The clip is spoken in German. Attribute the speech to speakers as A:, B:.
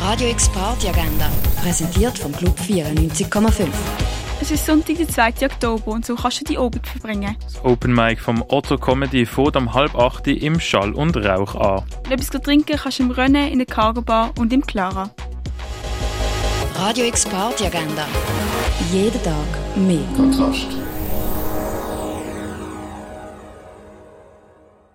A: Radio X Party Agenda, präsentiert vom Club 94,5.
B: Es ist Sonntag, der 2. Oktober und so kannst du die Abend verbringen.
C: Das Open Mic vom Otto Comedy fährt am halb acht im Schall und Rauch an.
B: Wenn du etwas trinken kannst du im Rennen, in der Cargo Bar und im Clara.
A: Radio X Party Agenda. Jeden Tag mehr.
D: Kontrast.